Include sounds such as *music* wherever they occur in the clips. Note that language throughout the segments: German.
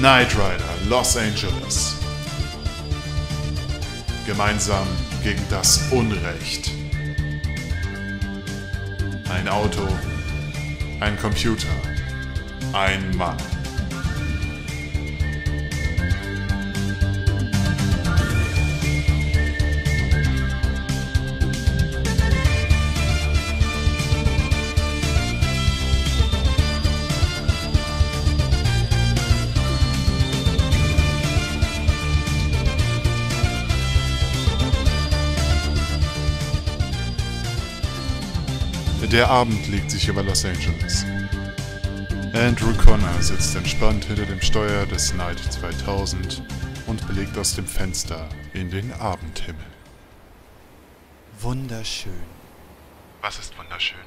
Knight Rider Los Angeles. Gemeinsam gegen das Unrecht. Ein Auto, ein Computer, ein Mann. Der Abend legt sich über Los Angeles. Andrew Connor sitzt entspannt hinter dem Steuer des Knight 2000 und blickt aus dem Fenster in den Abendhimmel. Wunderschön. Was ist wunderschön?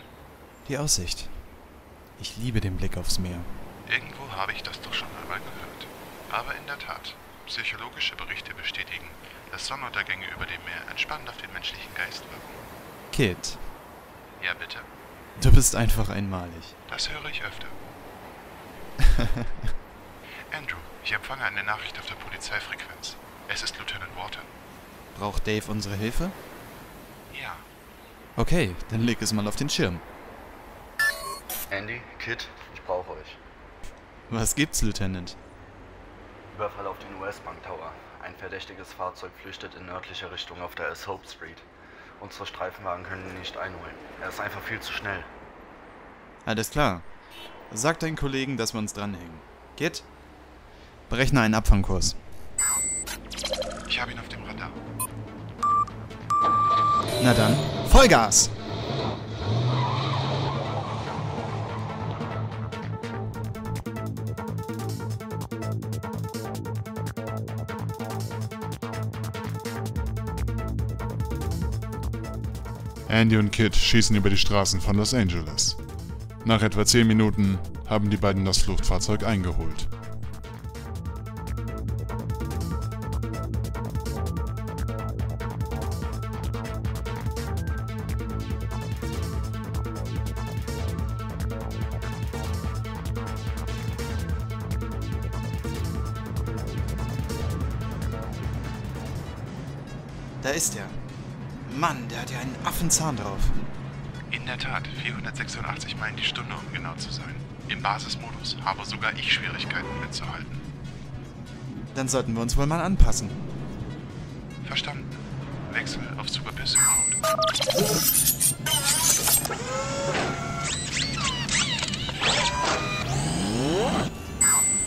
Die Aussicht. Ich liebe den Blick aufs Meer. Irgendwo habe ich das doch schon einmal gehört. Aber in der Tat, psychologische Berichte bestätigen, dass Sonnenuntergänge über dem Meer entspannend auf den menschlichen Geist wirken. Kid, Ja, bitte? du bist einfach einmalig. Das höre ich öfter. Andrew, ich empfange eine Nachricht auf der Polizeifrequenz. Es ist Lieutenant Wharton. Braucht Dave unsere Hilfe? Ja. Okay, dann leg es mal auf den Schirm. Andy, Kid, ich brauche euch. Was gibt's, Lieutenant? Überfall auf den US-Bank Tower. Ein verdächtiges Fahrzeug flüchtet in nördlicher Richtung auf der S. Hope Street. Unsere Streifenwagen können ihn nicht einholen. Er ist einfach viel zu schnell. Alles klar. Sag deinen Kollegen, dass wir uns dranhängen. Kid? Berechne einen Abfangkurs. Ich habe ihn auf dem Radar. Na dann, Vollgas! Andy und Kid schießen über die Straßen von Los Angeles. Nach etwa 10 Minuten haben die beiden das Fluchtfahrzeug eingeholt. Da ist er. Mann, der hat ja einen Affenzahn drauf. In der Tat, 486 Meilen die Stunde, um genau zu sein. Im Basismodus habe sogar ich Schwierigkeiten mitzuhalten. Dann sollten wir uns wohl mal anpassen. Verstanden. Wechsel auf Super Pistol Mode.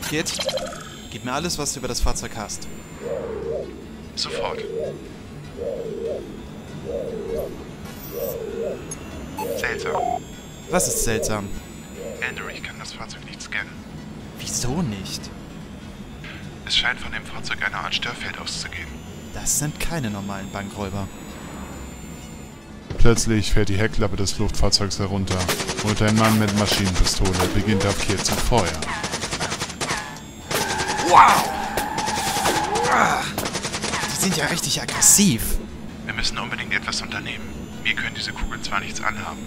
Kid, gib mir alles, was du über das Fahrzeug hast. Sofort. Seltsam. Was ist seltsam? Andrew, ich kann das Fahrzeug nicht scannen. Wieso nicht? Es scheint von dem Fahrzeug eine Art Störfeld auszugehen. Das sind keine normalen Bankräuber. Plötzlich fährt die Heckklappe des Fluchtfahrzeugs herunter und ein Mann mit Maschinenpistole beginnt auf Kid zu feuern. Die sind ja richtig aggressiv. Wir müssen unbedingt etwas unternehmen. Mir können diese Kugeln zwar nichts anhaben,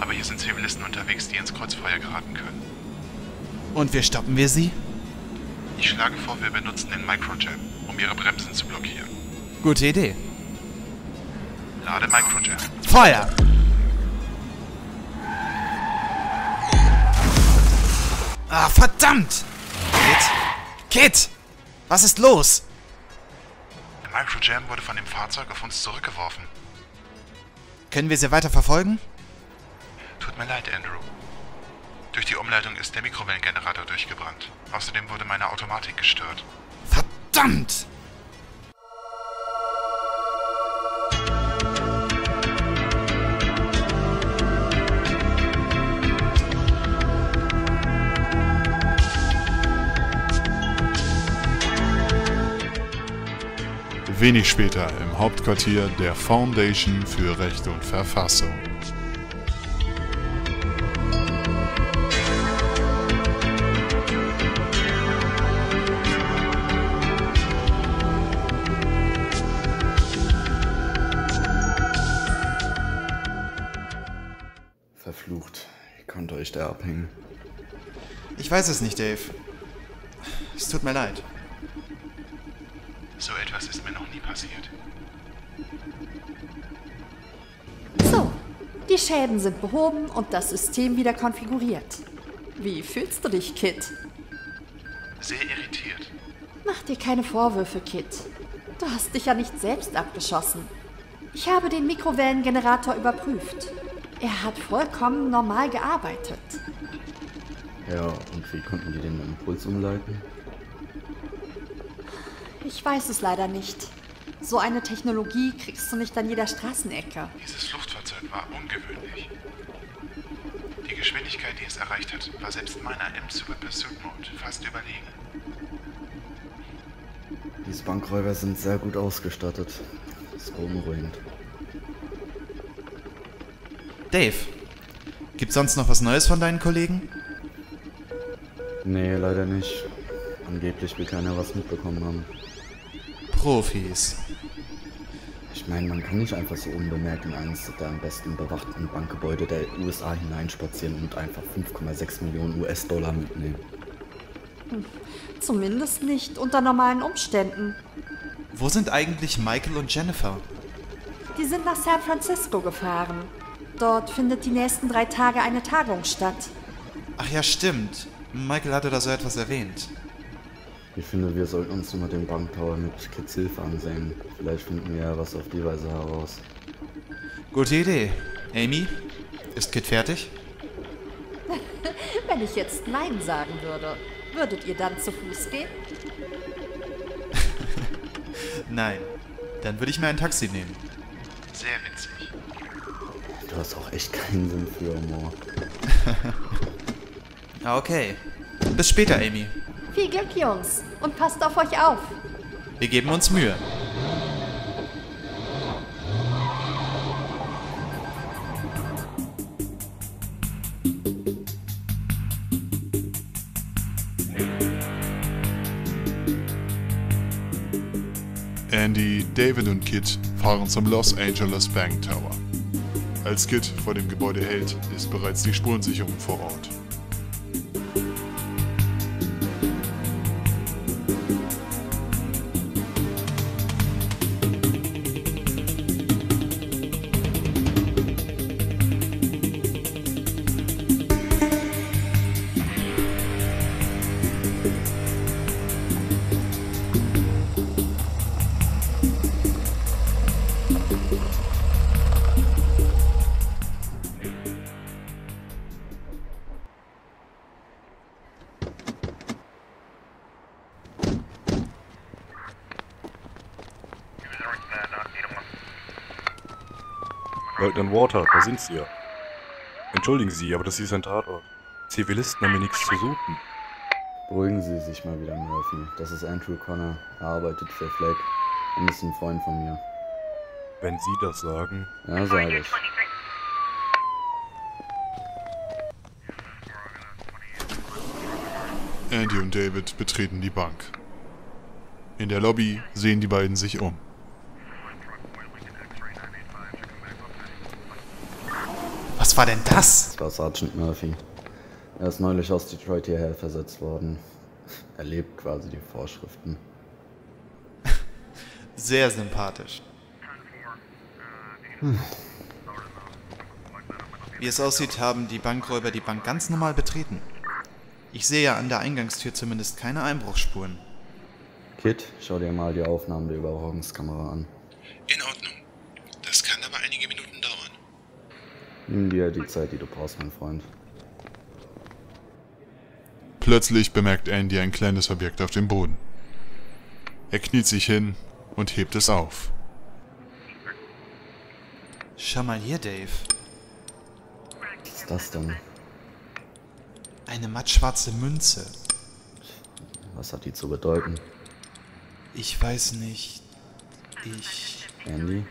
aber hier sind Zivilisten unterwegs, die ins Kreuzfeuer geraten können. Und wir stoppen wir sie? Ich schlage vor, wir benutzen den Microjam, um ihre Bremsen zu blockieren. Gute Idee. Lade Microjam. Feuer! Ah, verdammt! Kid! Kid! Was ist los? Der Microjam wurde von dem Fahrzeug auf uns zurückgeworfen. Können wir sie weiter verfolgen? Tut mir leid, Andrew. Durch die Umleitung ist der Mikrowellengenerator durchgebrannt. Außerdem wurde meine Automatik gestört. Verdammt! Wenig später im Hauptquartier der Foundation für Recht und Verfassung. er abhängen? Ich weiß es nicht, Dave. Es tut mir leid. So etwas ist mir noch nie passiert. So, die Schäden sind behoben und das System wieder konfiguriert. Wie fühlst du dich, Kit? Sehr irritiert. Mach dir keine Vorwürfe, Kit. Du hast dich ja nicht selbst abgeschossen. Ich habe den Mikrowellengenerator überprüft. Er hat vollkommen normal gearbeitet. Ja, und wie konnten die den Impuls umleiten? Ich weiß es leider nicht. So eine Technologie kriegst du nicht an jeder Straßenecke. Dieses Luftfahrzeug war ungewöhnlich. Die Geschwindigkeit, die es erreicht hat, war selbst meiner im Super Pursuit Mode fast überlegen. Die Bankräuber sind sehr gut ausgestattet. ist beunruhigend. Dave, gibt's sonst noch was Neues von deinen Kollegen? Nee, leider nicht. Angeblich will keiner was mitbekommen haben. Profis. Ich meine, man kann nicht einfach so unbemerkt in eines der am besten bewachten Bankgebäude der USA hineinspazieren und einfach 5,6 Millionen US-Dollar mitnehmen. Zumindest nicht unter normalen Umständen. Wo sind eigentlich Michael und Jennifer? Die sind nach San Francisco gefahren. Dort findet die nächsten drei Tage eine Tagung statt. Ach ja, stimmt. Michael hatte da so etwas erwähnt. Ich finde, wir sollten uns nur mal den Banktower mit Kids Hilfe ansehen. Vielleicht finden wir ja was auf die Weise heraus. Gute Idee. Amy, ist Kit fertig? Wenn ich jetzt Nein sagen würde, würdet ihr dann zu Fuß gehen? Nein. Dann würde ich mir ein Taxi nehmen. Sehr witzig. Du hast auch echt keinen Sinn für Humor. Ah, Okay. Bis später, Amy. Viel Glück, Jungs, und passt auf euch auf. Wir geben uns Mühe. Andy, David und Kit fahren zum Los Angeles Bank Tower. Als Kit vor dem Gebäude hält, ist bereits die Spurensicherung vor Ort. Leutnant Water, da sind Sie ja. Entschuldigen Sie, aber das hier ist ein Tatort. Zivilisten haben hier nichts zu suchen. Beruhigen Sie sich mal wieder, Murphy. Das ist Andrew Connor. Er arbeitet für Flag und ist ein Freund von mir. Wenn Sie das sagen. Ja, sag ich. Andy und David betreten die Bank. In der Lobby sehen die beiden sich um. Was war denn das? Das war Sergeant Murphy. Er ist neulich aus Detroit hierher versetzt worden. Er lebt quasi die Vorschriften. Sehr sympathisch. Wie es aussieht, haben die Bankräuber die Bank ganz normal betreten. Ich sehe ja an der Eingangstür zumindest keine Einbruchsspuren. Kit, schau dir mal die Aufnahmen der Überwachungskamera an. In Ordnung. Das kann aber einige Minuten dauern. Nimm dir die Zeit, die du brauchst, mein Freund. Plötzlich bemerkt Andy ein kleines Objekt auf dem Boden. Er kniet sich hin und hebt es auf. Schau mal hier, Dave. Was ist das denn? Eine mattschwarze Münze. Was hat die zu bedeuten? Ich weiß nicht. Ich. Andy?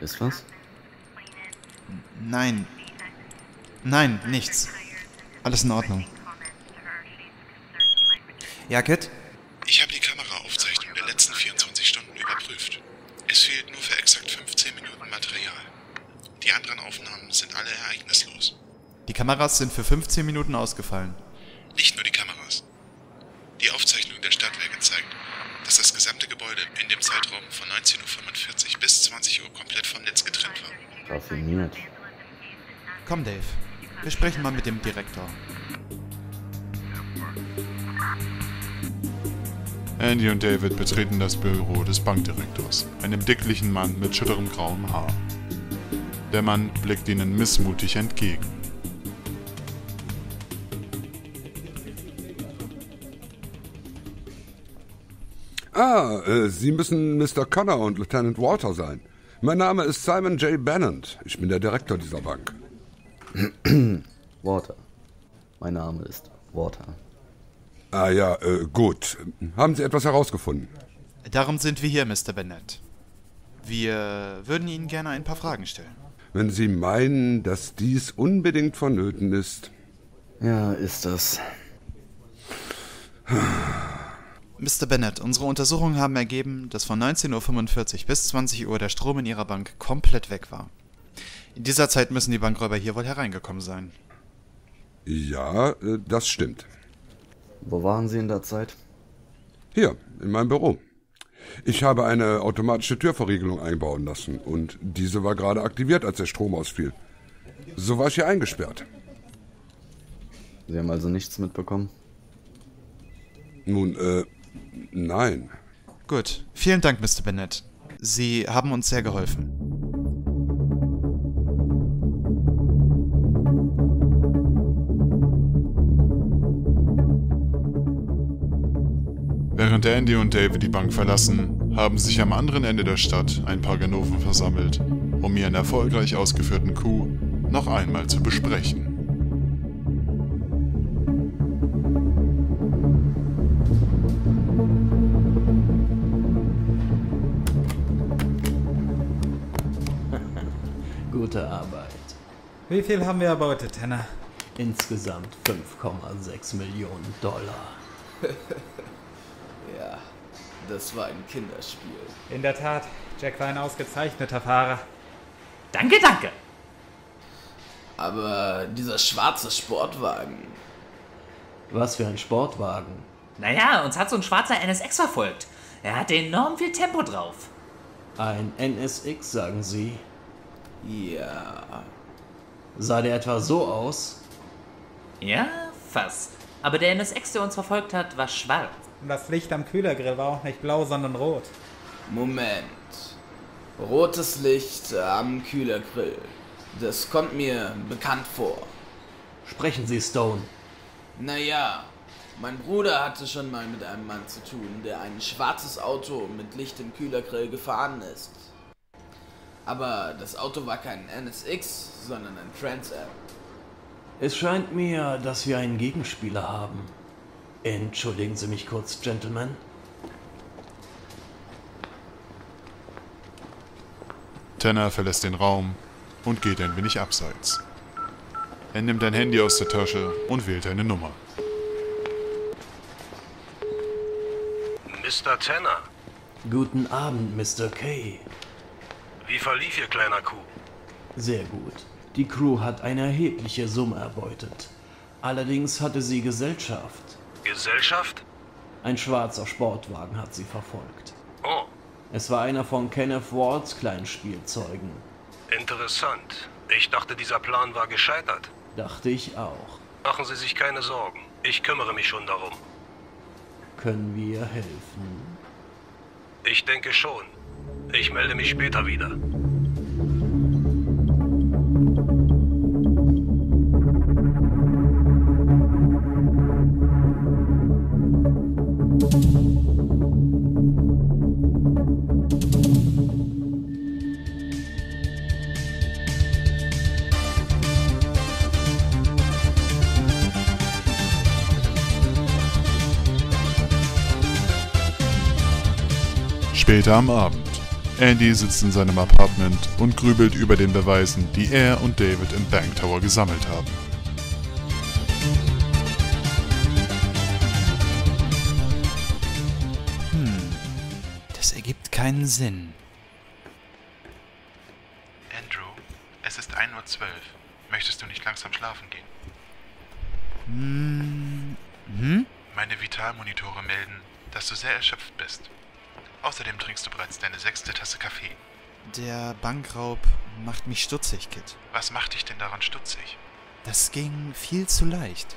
Ist was? Nein. Nein, nichts. Alles in Ordnung. Ja, Kit? Ich habe die Kameraaufzeichnung der letzten 24 Stunden überprüft. Es fehlt nur für exakt 15 Minuten Material. Die anderen Aufnahmen sind alle ereignislos. Die Kameras sind für 15 Minuten ausgefallen. Nicht nur die Kameras. Die Aufzeichnung der Stadtwerke zeigt, dass das gesamte Gebäude in dem Zeitraum von 19.45 Uhr bis 20 Uhr komplett vom Netz getrennt war. Raffiniert. Komm, Dave. Wir sprechen mal mit dem Direktor. Andy und David betreten das Büro des Bankdirektors, einem dicklichen Mann mit schütterem grauem Haar. Der Mann blickt ihnen missmutig entgegen. Ah, äh, Sie müssen Mr. Connor und Lieutenant Walter sein. Mein Name ist Simon J. Bennett. Ich bin der Direktor dieser Bank. Water. Mein Name ist Water. Ah ja, äh, gut. Haben Sie etwas herausgefunden? Darum sind wir hier, Mr. Bennett. Wir würden Ihnen gerne ein paar Fragen stellen. Wenn Sie meinen, dass dies unbedingt vonnöten ist. Ja, ist das. Mr. Bennett, unsere Untersuchungen haben ergeben, dass von 19.45 Uhr bis 20 Uhr der Strom in Ihrer Bank komplett weg war. In dieser Zeit müssen die Bankräuber hier wohl hereingekommen sein. Ja, äh, das stimmt. Wo waren Sie in der Zeit? Hier, in meinem Büro. Ich habe eine automatische Türverriegelung einbauen lassen und diese war gerade aktiviert, als der Strom ausfiel. So war ich hier eingesperrt. Sie haben also nichts mitbekommen? Nun, äh, nein. Gut, vielen Dank, Mr. Bennett. Sie haben uns sehr geholfen. Während Andy und David die Bank verlassen, haben sich am anderen Ende der Stadt ein paar Ganoven versammelt, um ihren erfolgreich ausgeführten Coup noch einmal zu besprechen. Gute Arbeit. Wie viel haben wir erbeutet, Tanner? Insgesamt 5,6 Millionen Dollar. *laughs* ja, das war ein Kinderspiel. In der Tat, Jack war ein ausgezeichneter Fahrer. Danke, danke. Aber dieser schwarze Sportwagen. Was für ein Sportwagen. Naja, uns hat so ein schwarzer NSX verfolgt. Er hatte enorm viel Tempo drauf. Ein NSX, sagen Sie. Ja. Sah der etwa so aus? Ja, fast. Aber der NSX, der uns verfolgt hat, war schwarz. Und das Licht am Kühlergrill war auch nicht blau, sondern rot. Moment. Rotes Licht am Kühlergrill. Das kommt mir bekannt vor. Sprechen Sie, Stone. Naja, mein Bruder hatte schon mal mit einem Mann zu tun, der ein schwarzes Auto mit Licht im Kühlergrill gefahren ist. Aber das Auto war kein NSX, sondern ein Trans Am. Es scheint mir, dass wir einen Gegenspieler haben. Entschuldigen Sie mich kurz, Gentlemen. Tanner verlässt den Raum und geht ein wenig abseits. Er nimmt ein Handy aus der Tasche und wählt eine Nummer. Mr. Tanner, Guten Abend, Mr. Kay. wie verlief Ihr kleiner Kuh? Sehr gut. Die Crew hat eine erhebliche Summe erbeutet. Allerdings hatte sie Gesellschaft. Gesellschaft? Ein schwarzer Sportwagen hat sie verfolgt. Oh, Es war einer von Kenneth Wards kleinen Spielzeugen. interessant. Ich dachte, dieser Plan war gescheitert. Dachte ich auch. Machen Sie sich keine Sorgen. Ich kümmere mich schon darum. Können wir helfen? Ich denke schon. Ich melde mich später wieder. Später am Abend. Andy sitzt in seinem Apartment und grübelt über den Beweisen, die er und David im Bank Tower gesammelt haben. Das ergibt keinen Sinn. Andrew, es ist 1.12 Uhr. Möchtest du nicht langsam schlafen gehen? Hm. Hm? Meine Vitalmonitore melden, dass du sehr erschöpft bist. Außerdem trinkst du bereits deine sechste Tasse Kaffee. Der Bankraub macht mich stutzig, Kit. Was macht dich denn daran stutzig? Das ging viel zu leicht.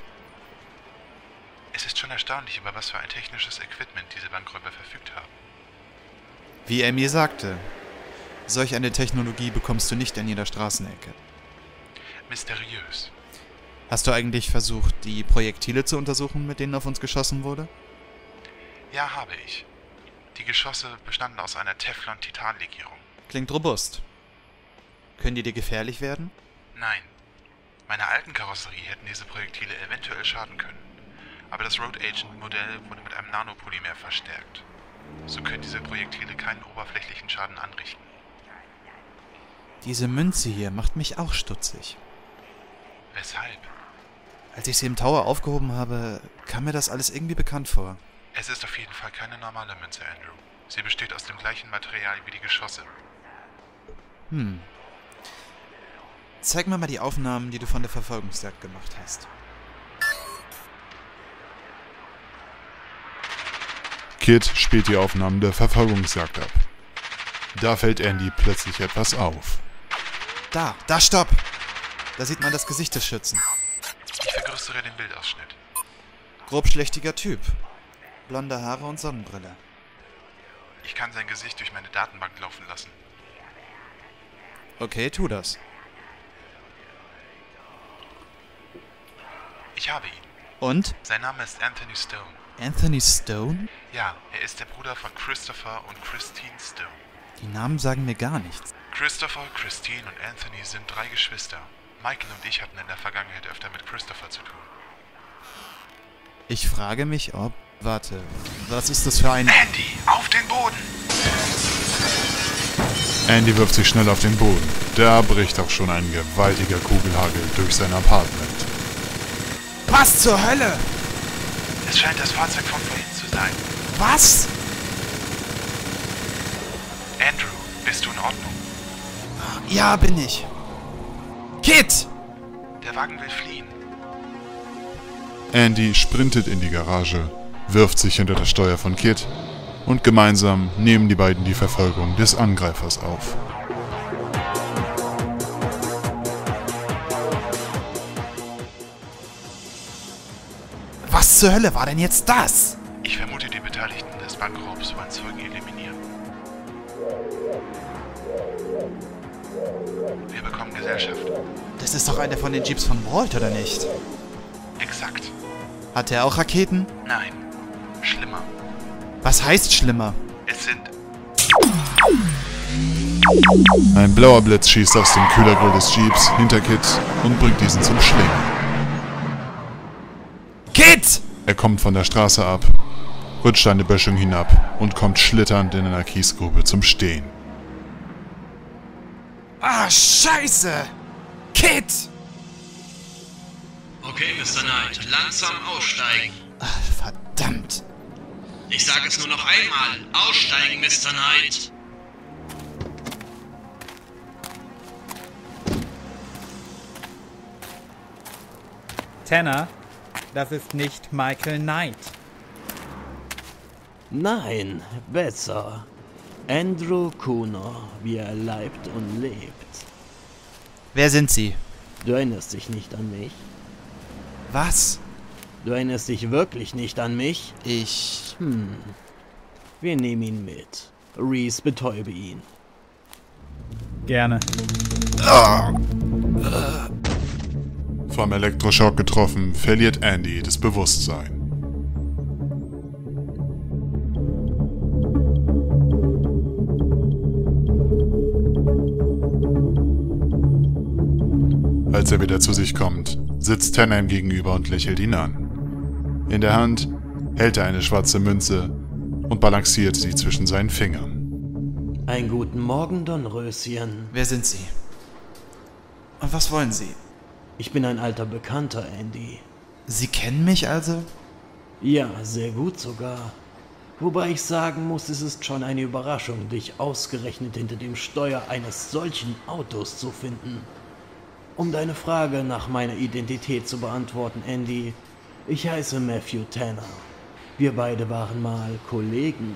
Es ist schon erstaunlich, über was für ein technisches Equipment diese Bankräuber verfügt haben. Wie er mir sagte, solch eine Technologie bekommst du nicht an jeder Straßenecke. Mysteriös. Hast du eigentlich versucht, die Projektile zu untersuchen, mit denen auf uns geschossen wurde? Ja, habe ich. Die Geschosse bestanden aus einer Teflon-Titan-Legierung. Klingt robust. Können die dir gefährlich werden? Nein. Meiner alten Karosserie hätten diese Projektile eventuell schaden können. Aber das Road Agent-Modell wurde mit einem Nanopolymer verstärkt. So können diese Projektile keinen oberflächlichen Schaden anrichten. Diese Münze hier macht mich auch stutzig. Weshalb? Als ich sie im Tower aufgehoben habe, kam mir das alles irgendwie bekannt vor. Es ist auf jeden Fall keine normale Münze, Andrew. Sie besteht aus dem gleichen Material wie die Geschosse. Hm. Zeig mir mal die Aufnahmen, die du von der Verfolgungsjagd gemacht hast. Kit spielt die Aufnahmen der Verfolgungsjagd ab. Da fällt Andy plötzlich etwas auf. Da, da stopp! Da sieht man das Gesicht des Schützen. Ich vergrößere den Bildausschnitt. Grobschlächtiger Typ. Blonde Haare und Sonnenbrille. Ich kann sein Gesicht durch meine Datenbank laufen lassen. Okay, tu das. Ich habe ihn. Und? Sein Name ist Anthony Stone. Anthony Stone? Ja, er ist der Bruder von Christopher und Christine Stone. Die Namen sagen mir gar nichts. Christopher, Christine und Anthony sind drei Geschwister. Michael und ich hatten in der Vergangenheit öfter mit Christopher zu tun. Ich frage mich, ob. Warte, was ist das für ein. Andy, auf den Boden! Andy wirft sich schnell auf den Boden. Da bricht auch schon ein gewaltiger Kugelhagel durch sein Apartment. Was zur Hölle? Es scheint das Fahrzeug von vorhin zu sein. Was? Andrew, bist du in Ordnung? Ja, bin ich. Kit! Der Wagen will fliehen. Andy sprintet in die Garage, wirft sich hinter das Steuer von Kit und gemeinsam nehmen die beiden die Verfolgung des Angreifers auf. Was zur Hölle war denn jetzt das? Ich vermute, die Beteiligten des Bankraubs wollen Zeugen eliminieren. Wir bekommen Gesellschaft. Das ist doch einer von den Jeeps von Walt, oder nicht? Exakt. Hat er auch Raketen? Nein. Schlimmer. Was heißt schlimmer? Es sind. Ein blauer Blitz schießt aus dem Kühlergrill des Jeeps hinter Kit und bringt diesen zum Schlingen. Kit! Er kommt von der Straße ab, rutscht eine Böschung hinab und kommt schlitternd in einer Kiesgrube zum Stehen. Ah, scheiße! Kit! Okay, Mr. Knight, langsam aussteigen. Ach, verdammt. Ich sage es nur noch einmal. Aussteigen, Mr. Knight. Tanner, das ist nicht Michael Knight. Nein, besser. Andrew Kuno, wie er leibt und lebt. Wer sind Sie? Du erinnerst dich nicht an mich? Was? Du erinnerst dich wirklich nicht an mich? Ich. Hm. Wir nehmen ihn mit. Reese, betäube ihn. Gerne. Vom Elektroschock getroffen, verliert Andy das Bewusstsein. Als er wieder zu sich kommt, sitzt Tanner ihm gegenüber und lächelt ihn an. In der Hand hält er eine schwarze Münze und balanciert sie zwischen seinen Fingern. Einen guten Morgen, Don Röschen. Wer sind Sie? Und was wollen Sie? Ich bin ein alter Bekannter, Andy. Sie kennen mich also? Ja, sehr gut sogar. Wobei ich sagen muss, es ist schon eine Überraschung, dich ausgerechnet hinter dem Steuer eines solchen Autos zu finden. Um deine Frage nach meiner Identität zu beantworten, Andy, ich heiße Matthew Tanner. Wir beide waren mal Kollegen.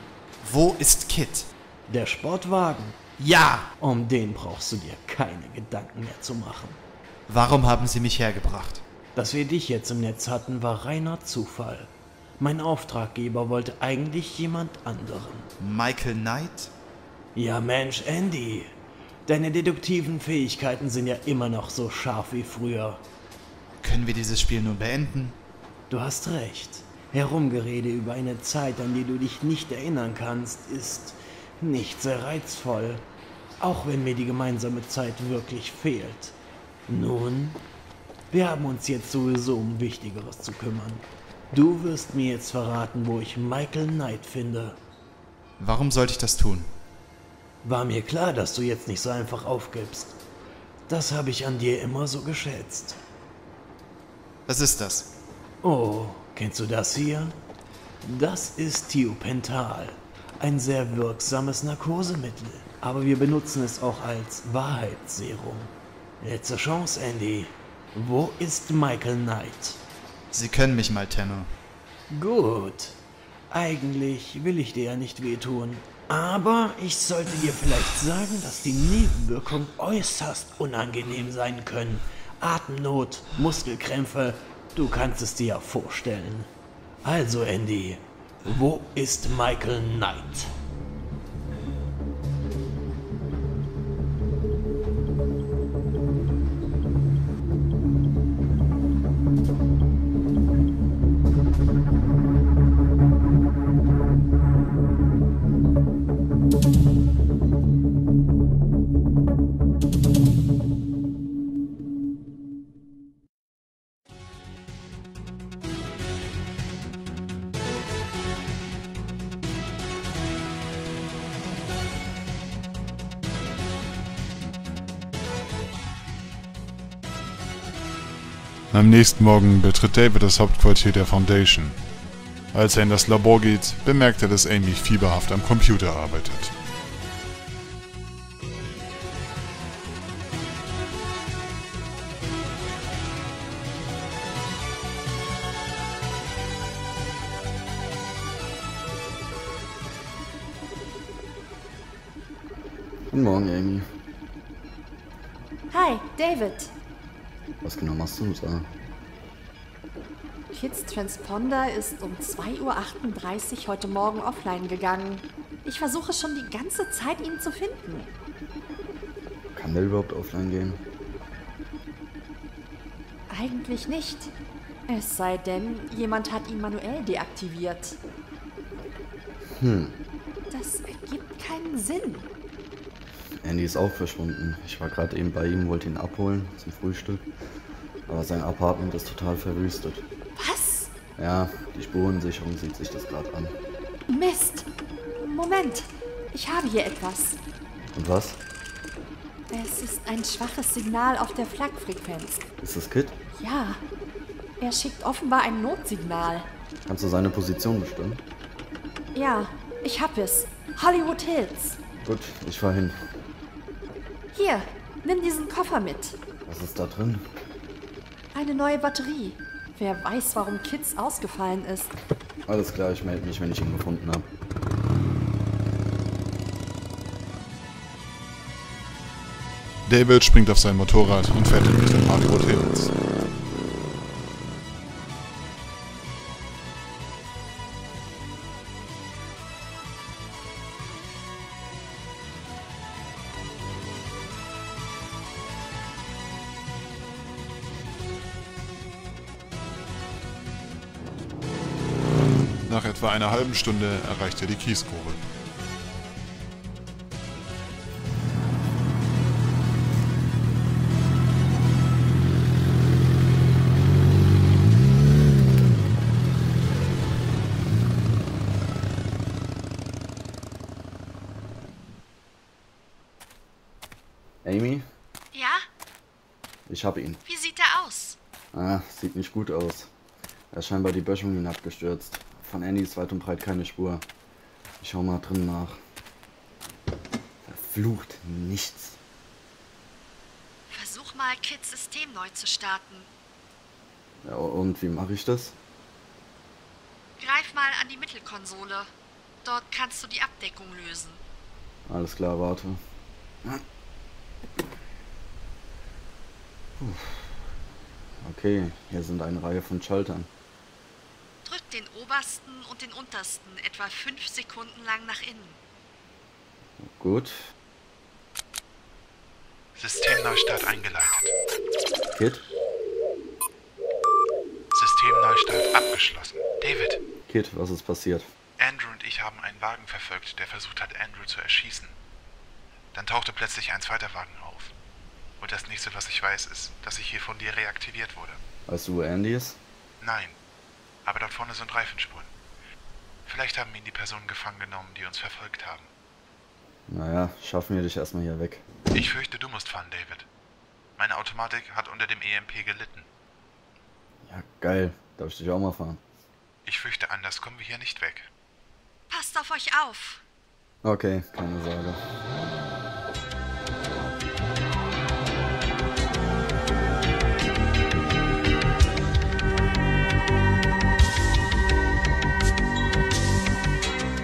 Wo ist Kit? Der Sportwagen. Ja! Um den brauchst du dir keine Gedanken mehr zu machen. Warum haben Sie mich hergebracht? Dass wir dich jetzt im Netz hatten, war reiner Zufall. Mein Auftraggeber wollte eigentlich jemand anderen. Michael Knight? Ja, Mensch, Andy. Deine deduktiven Fähigkeiten sind ja immer noch so scharf wie früher. Können wir dieses Spiel nun beenden? Du hast recht. Herumgerede über eine Zeit, an die du dich nicht erinnern kannst, ist nicht sehr reizvoll. Auch wenn mir die gemeinsame Zeit wirklich fehlt. Nun, wir haben uns jetzt sowieso um Wichtigeres zu kümmern. Du wirst mir jetzt verraten, wo ich Michael Knight finde. Warum sollte ich das tun? War mir klar, dass du jetzt nicht so einfach aufgibst. Das habe ich an dir immer so geschätzt. Was ist das? Oh, kennst du das hier? Das ist Thiopental, ein sehr wirksames Narkosemittel. Aber wir benutzen es auch als Wahrheitsserum. Letzte Chance, Andy. Wo ist Michael Knight? Sie können mich mal, Tenno. Gut. Eigentlich will ich dir ja nicht wehtun. Aber ich sollte dir vielleicht sagen, dass die Nebenwirkungen äußerst unangenehm sein können. Atemnot, Muskelkrämpfe, du kannst es dir ja vorstellen. Also, Andy, wo ist Michael Knight? Am nächsten Morgen betritt David das Hauptquartier der Foundation. Als er in das Labor geht, bemerkt er, dass Amy fieberhaft am Computer arbeitet. Guten Morgen, Amy. Hi, David. Was genau machst du da? Kids Transponder ist um 2.38 Uhr heute Morgen offline gegangen. Ich versuche schon die ganze Zeit, ihn zu finden. Kann der überhaupt offline gehen? Eigentlich nicht. Es sei denn, jemand hat ihn manuell deaktiviert. Hm, Das ergibt keinen Sinn. Andy ist auch verschwunden. Ich war gerade eben bei ihm, wollte ihn abholen zum Frühstück. Aber sein Apartment ist total verwüstet. Was? Ja, die Spurensicherung sieht sich das gerade an. Mist! Moment! Ich habe hier etwas. Und was? Es ist ein schwaches Signal auf der Flak-Frequenz. Ist das Kid? Ja, er schickt offenbar ein Notsignal. Kannst du seine Position bestimmen? Ja, ich hab es. Hollywood Hills. Gut, ich fahr hin. Hier, nimm diesen Koffer mit. Was ist da drin? Eine neue Batterie. Wer weiß, warum Kids ausgefallen ist. Alles klar, ich melde mich, wenn ich ihn gefunden habe. David springt auf sein Motorrad und fährt in Richtung Hollywood Hills. Nach etwa einer halben Stunde erreicht er die Kiesgrube. Amy, Ja? ich habe ihn. Wie sieht er aus? Ah, sieht nicht gut aus. Er ist scheinbar die Böschung hinabgestürzt. Von Andy ist weit und breit keine Spur. Ich schau mal drin nach. Verflucht nichts. Versuch nochmal Kids System neu zu starten. Ja, und wie mache ich das? Greif mal an die Mittelkonsole. Dort kannst du die Abdeckung lösen. Alles klar, warte. Puh. Okay, hier sind eine Reihe von Schaltern. Drück den obersten und den untersten etwa fünf Sekunden lang nach innen. Gut. Systemneustart eingeleitet. Kit? Systemneustart abgeschlossen. David, Kit, was ist passiert? Andrew und ich haben einen Wagen verfolgt, der versucht hat, Andrew zu erschießen. Dann tauchte plötzlich ein zweiter Wagen auf. Und das nächste, was ich weiß, ist, dass ich hier von dir reaktiviert wurde. Weißt du, wo Andy ist? Nein, aber dort vorne sind Reifenspuren. Vielleicht haben ihn die Personen gefangen genommen, die uns verfolgt haben. Naja, schaffen wir dich erstmal hier weg. Ich fürchte, du musst fahren, David. Meine Automatik hat unter dem EMP gelitten. Ja, geil. Darf ich dich auch mal fahren? Ich fürchte, anders kommen wir hier nicht weg. Passt auf euch auf. Okay, keine Sorge.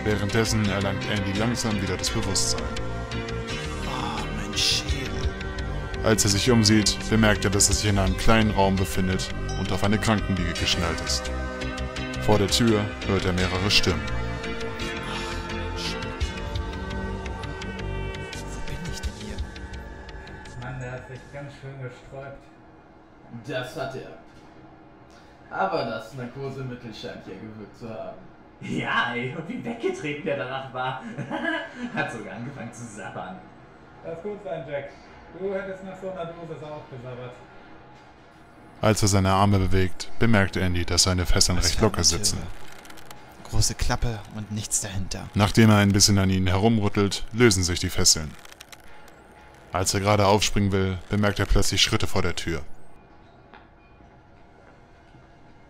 Währenddessen erlangt Andy langsam wieder das Bewusstsein. Ah, mein Schädel. Als er sich umsieht, bemerkt er, dass er sich in einem kleinen Raum befindet und auf eine Krankenliege geschnallt ist. Vor der Tür hört er mehrere Stimmen. Wo bin ich denn hier? Mann, der hat sich ganz schön gesträubt. Das hat er. Aber das Narkosemittel scheint hier gewirkt zu haben. Ja, ey, und wie weggetreten der danach war. *laughs* Hat sogar angefangen zu sabbern. Lass gut sein, Jack. Du hättest nach so einer Dosis auch gesabbert. Als er seine Arme bewegt, bemerkt Andy, dass seine Fesseln recht locker sitzen. Große Klappe und nichts dahinter. Nachdem er ein bisschen an ihnen herumrüttelt, lösen sich die Fesseln. Als er gerade aufspringen will, bemerkt er plötzlich Schritte vor der Tür.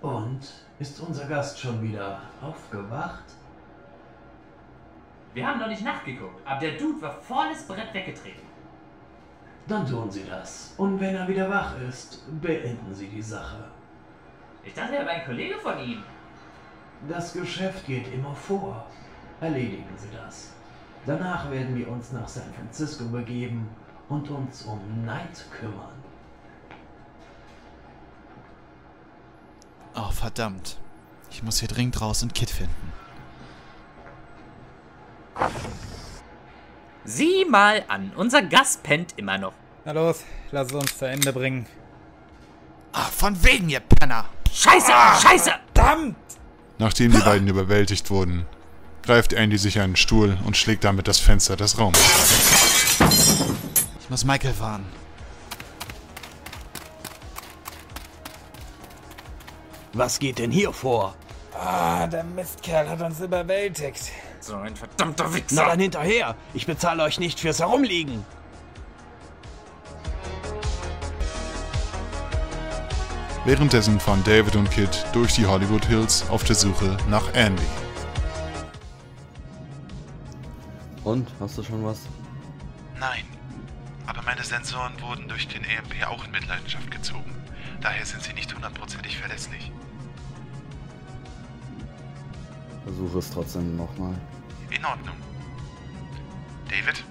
Und ist unser Gast schon wieder aufgewacht? Wir haben noch nicht nachgeguckt, aber der Dude war volles Brett weggetreten. Dann tun Sie das. Und wenn er wieder wach ist, beenden Sie die Sache. Ich dachte, er war ein Kollege von ihm. Das Geschäft geht immer vor. Erledigen Sie das. Danach werden wir uns nach San Francisco begeben und uns um Knight kümmern. Oh, verdammt. Ich muss hier dringend raus und Kit finden. Sieh mal an, unser Gast pennt immer noch. Na los, lass es uns zu Ende bringen. Ah, von wegen, ihr Penner! Scheiße, scheiße! Verdammt! Nachdem die beiden überwältigt wurden, greift Andy sich einen Stuhl und schlägt damit das Fenster des Raumes. Ich muss Michael fahren. Was geht denn hier vor? Ah, der Mistkerl hat uns überwältigt. So ein verdammter Na Wichser! dann hinterher! Ich bezahle euch nicht fürs Herumliegen! Währenddessen fahren David und Kit durch die Hollywood Hills auf der Suche nach Andy. Und, hast du schon was? Nein, aber meine Sensoren wurden durch den EMP auch in Mitleidenschaft gezogen. Daher sind sie nicht hundertprozentig verlässlich. Versuche es trotzdem nochmal. In Ordnung. David?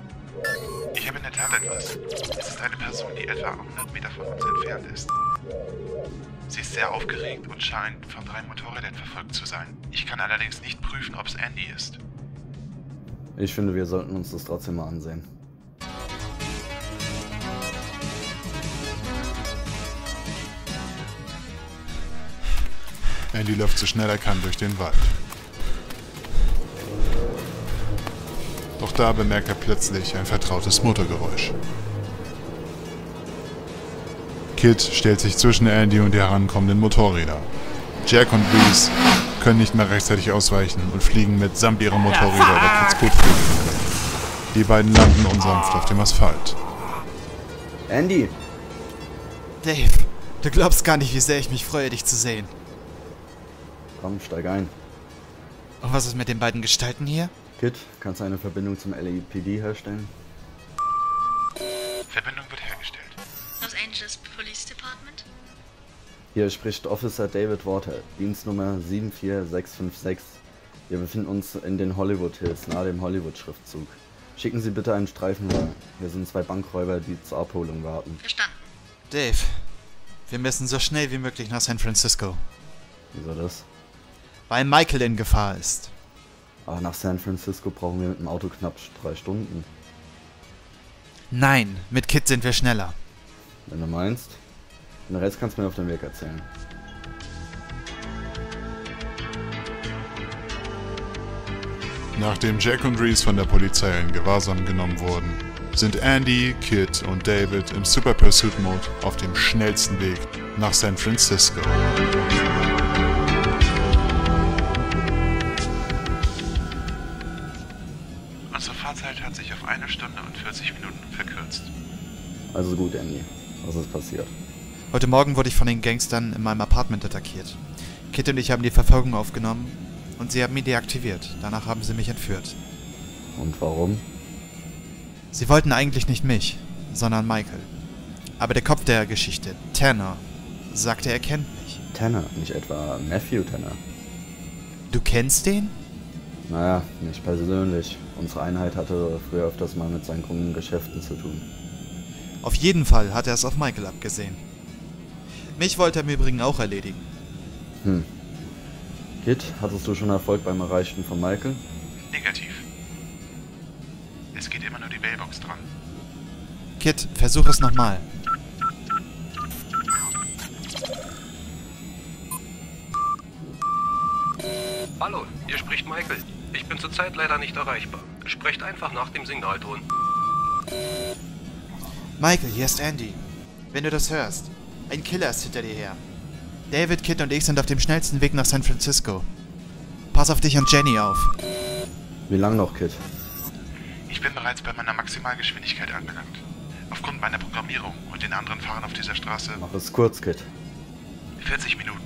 Ich habe in der Tat etwas. Es ist eine Person, die etwa 100 Meter von uns entfernt ist. Sie ist sehr aufgeregt und scheint von drei Motorrädern verfolgt zu sein. Ich kann allerdings nicht prüfen, ob es Andy ist. Ich finde, wir sollten uns das trotzdem mal ansehen. Andy läuft so schnell er kann durch den Wald. Doch da bemerkt er plötzlich ein vertrautes Motorgeräusch. Kit stellt sich zwischen Andy und die herankommenden Motorräder. Jack und Bruce können nicht mehr rechtzeitig ausweichen und fliegen mitsamt ihrer Motorräder weg ins Kotflügel. Die beiden landen unsanft auf dem Asphalt. Andy! Dave, du glaubst gar nicht, wie sehr ich mich freue, dich zu sehen. Komm, steig ein. Und was ist mit den beiden Gestalten hier? Kit, kannst du eine Verbindung zum LAPD herstellen? Verbindung wird hergestellt. Los Angeles Angeles Police Department? Hier spricht Officer David Water, Dienstnummer 74656. Wir befinden uns in den Hollywood Hills, nahe dem Hollywood-Schriftzug. Schicken Sie bitte einen Streifenwagen. Hier sind zwei Bankräuber, die zur Abholung warten. Dave, wir müssen so schnell wie möglich nach San Francisco. Wieso das? Weil Michael in Gefahr ist. Aber Ah, nach San Francisco brauchen wir mit dem Auto knapp drei Stunden. Nein, mit Kit sind wir schneller. Wenn du meinst. Den Rest kannst du mir auf dem Weg erzählen. Nachdem Jack und Reese von der Polizei in Gewahrsam genommen wurden, sind Andy, Kit und David im Super Pursuit Mode auf dem schnellsten Weg nach San Francisco. Unsere Fahrzeit hat sich auf eine Stunde und 40 Minuten verkürzt. Also gut, Andy. Was ist passiert? Heute Morgen wurde ich von den Gangstern in meinem Apartment attackiert. Kit und ich haben die Verfolgung aufgenommen und sie haben ihn deaktiviert. Danach haben sie mich entführt. Und warum? Sie wollten eigentlich nicht mich, sondern Michael. Aber der Kopf der Geschichte, Tanner, sagte, er kennt mich. Tanner, nicht etwa Matthew Tanner. Du kennst den? Naja, nicht persönlich. Unsere Einheit hatte früher öfters mal mit seinen krummen Geschäften zu tun. Auf jeden Fall hat er es auf Michael abgesehen. Mich wollte er im Übrigen auch erledigen. Hm. Kit, hattest du schon Erfolg beim Erreichen von Michael? Negativ. Es geht immer nur die Bellbox dran. Kit, versuch es nochmal. Hallo, hier spricht Michael. Ich bin zurzeit leider nicht erreichbar. Sprecht einfach nach dem Signalton. Michael, hier ist Andy. Wenn du das hörst, ein Killer ist hinter dir her. David, Kit und ich sind auf dem schnellsten Weg nach San Francisco. Pass auf dich und Jenny auf. Wie lange noch, Kit? Ich bin bereits bei meiner Maximalgeschwindigkeit angelangt. Aufgrund meiner Programmierung und den anderen Fahrern auf dieser Straße Mach es kurz, Kit. 40 Minuten.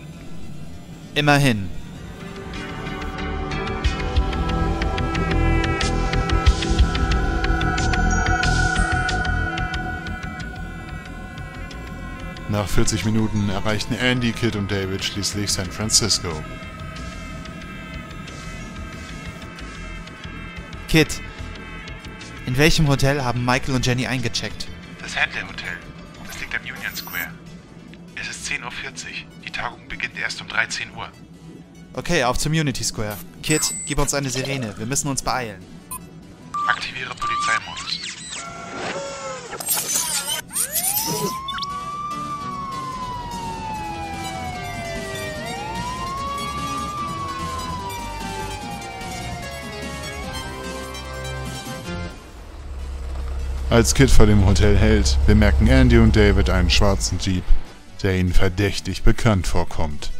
Immerhin. Nach 40 Minuten erreichten Andy, Kid und David schließlich San Francisco. Kit, in welchem Hotel haben Michael und Jenny eingecheckt? Das Handler Hotel. Das liegt am Union Square. Es ist 10.40 Uhr. Die Tagung beginnt erst um 13 Uhr. Okay, auf zum Unity Square. Kit, gib uns eine Sirene. Wir müssen uns beeilen. Aktiviere Polizeimodus. Als Kit vor dem Hotel hält, bemerken Andy und David einen schwarzen Jeep, der ihnen verdächtig bekannt vorkommt.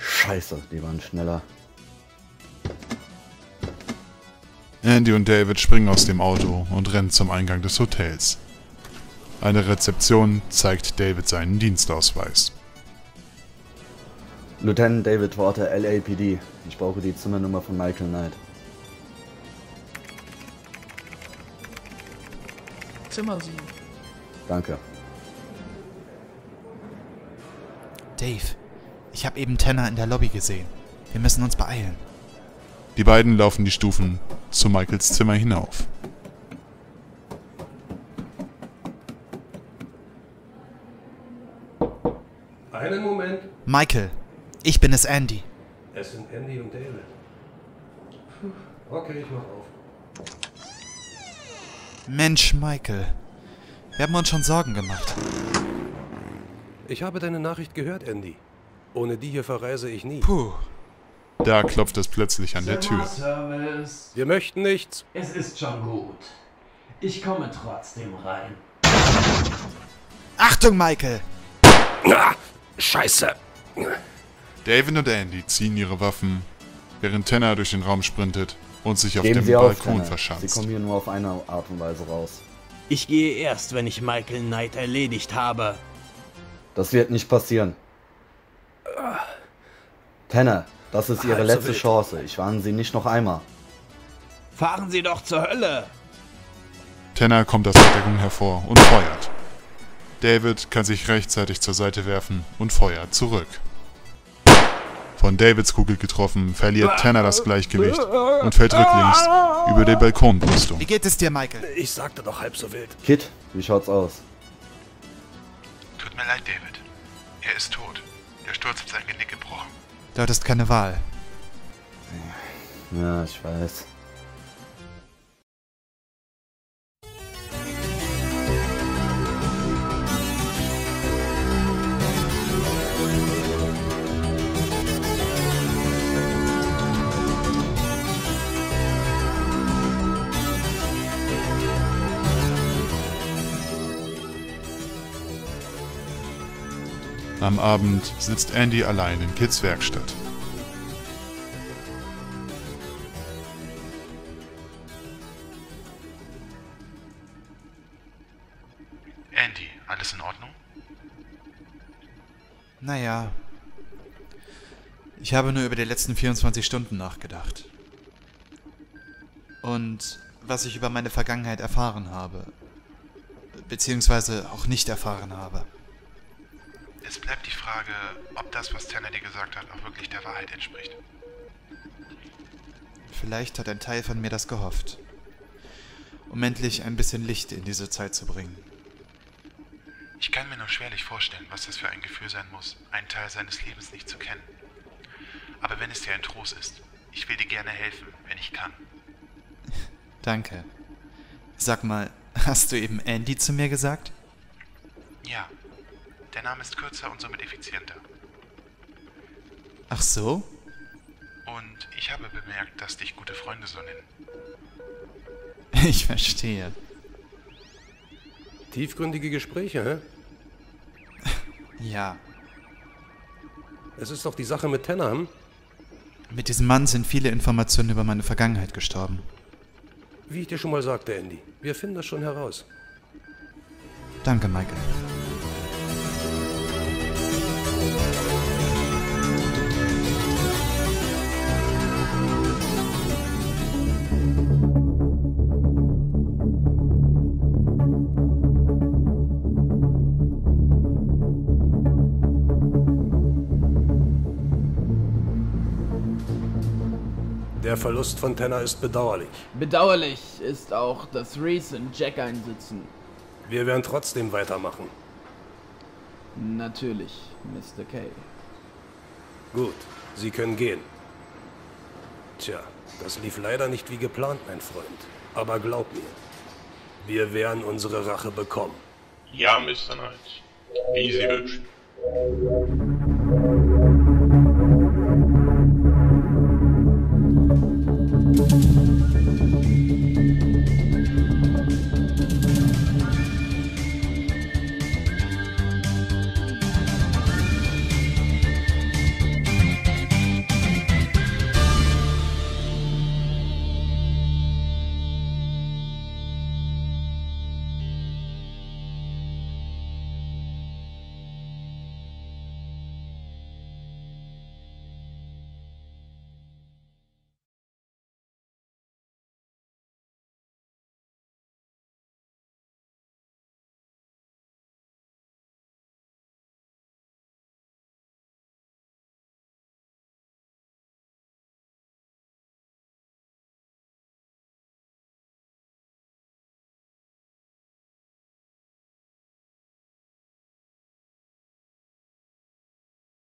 Scheiße, die waren schneller. Andy und David springen aus dem Auto und rennen zum Eingang des Hotels. An der Rezeption zeigt David seinen Dienstausweis. Lieutenant David Water, LAPD. Ich brauche die Zimmernummer von Michael Knight. Zimmer 7. Danke. Dave, ich habe eben Tanner in der Lobby gesehen. Wir müssen uns beeilen. Die beiden laufen die Stufen zu Michaels Zimmer hinauf. Einen Moment. Michael, ich bin es Andy. Es sind Andy und David. Okay, ich mach auf. Mensch, Michael. Wir haben uns schon Sorgen gemacht. Ich habe deine Nachricht gehört, Andy. Ohne die hier verreise ich nie. Puh. Da klopft es plötzlich an der Tür. Service. Wir möchten nichts. Es ist schon gut. Ich komme trotzdem rein. Achtung, Michael! Scheiße. David und Andy ziehen ihre Waffen, während Tanner durch den Raum sprintet und sich auf Geben dem Sie auf, Balkon Tanner. Sie verschanzt. kommen hier nur auf eine Art und Weise raus. Ich gehe erst, wenn ich Michael Knight erledigt habe. Das wird nicht passieren. Tanner, das ist Ihre Halb so letzte wild. Chance. Ich warne Sie nicht noch einmal. Fahren Sie doch zur Hölle! Tanner kommt aus der Deckung hervor und feuert. David kann sich rechtzeitig zur Seite werfen und feuert zurück. Von Davids Kugel getroffen, verliert Tanner das Gleichgewicht und fällt rücklings über die Balkonbrüstung. Wie geht es dir, Michael? Ich sagte doch halb so wild. Kit, wie schaut's aus? Tut mir leid, David. Er ist tot. Der Sturz hat sein Genick gebrochen. Du hattest keine Wahl. Ja, ich weiß. Am Abend sitzt Andy allein in Kids Werkstatt. Andy, alles in Ordnung? Naja. Ich habe nur über die letzten 24 Stunden nachgedacht. Und was ich über meine Vergangenheit erfahren habe. Beziehungsweise auch nicht erfahren habe. Es bleibt die Frage, ob das, was Tanner dir gesagt hat, auch wirklich der Wahrheit entspricht. Vielleicht hat ein Teil von mir das gehofft. Um endlich ein bisschen Licht in diese Zeit zu bringen. Ich kann mir nur schwerlich vorstellen, was das für ein Gefühl sein muss, einen Teil seines Lebens nicht zu kennen. Aber wenn es dir ein Trost ist, ich will dir gerne helfen, wenn ich kann. Danke. Sag mal, hast du eben Andy zu mir gesagt? Ja, der Name ist kürzer und somit effizienter. Ach so? *laughs* Und ich habe bemerkt, dass dich gute Freunde so nennen. Ich verstehe. Tiefgründige Gespräche, hä? Ja, Es ist doch die Sache mit Tanner, hm? mit diesem Mann sind viele Informationen über meine Vergangenheit gestorben. Wie ich dir schon mal sagte, Andy. Wir finden das schon heraus. Danke, Michael. Der Verlust von Tanner ist bedauerlich. Bedauerlich ist auch, dass Reese und Jack einsitzen. Wir werden trotzdem weitermachen. Natürlich, Mr. Kay. Gut, Sie können gehen. Tja, das lief leider nicht wie geplant, mein Freund. Aber glaub mir, wir werden unsere Rache bekommen. Ja, Mr. Knight. Wie Sie wünschen.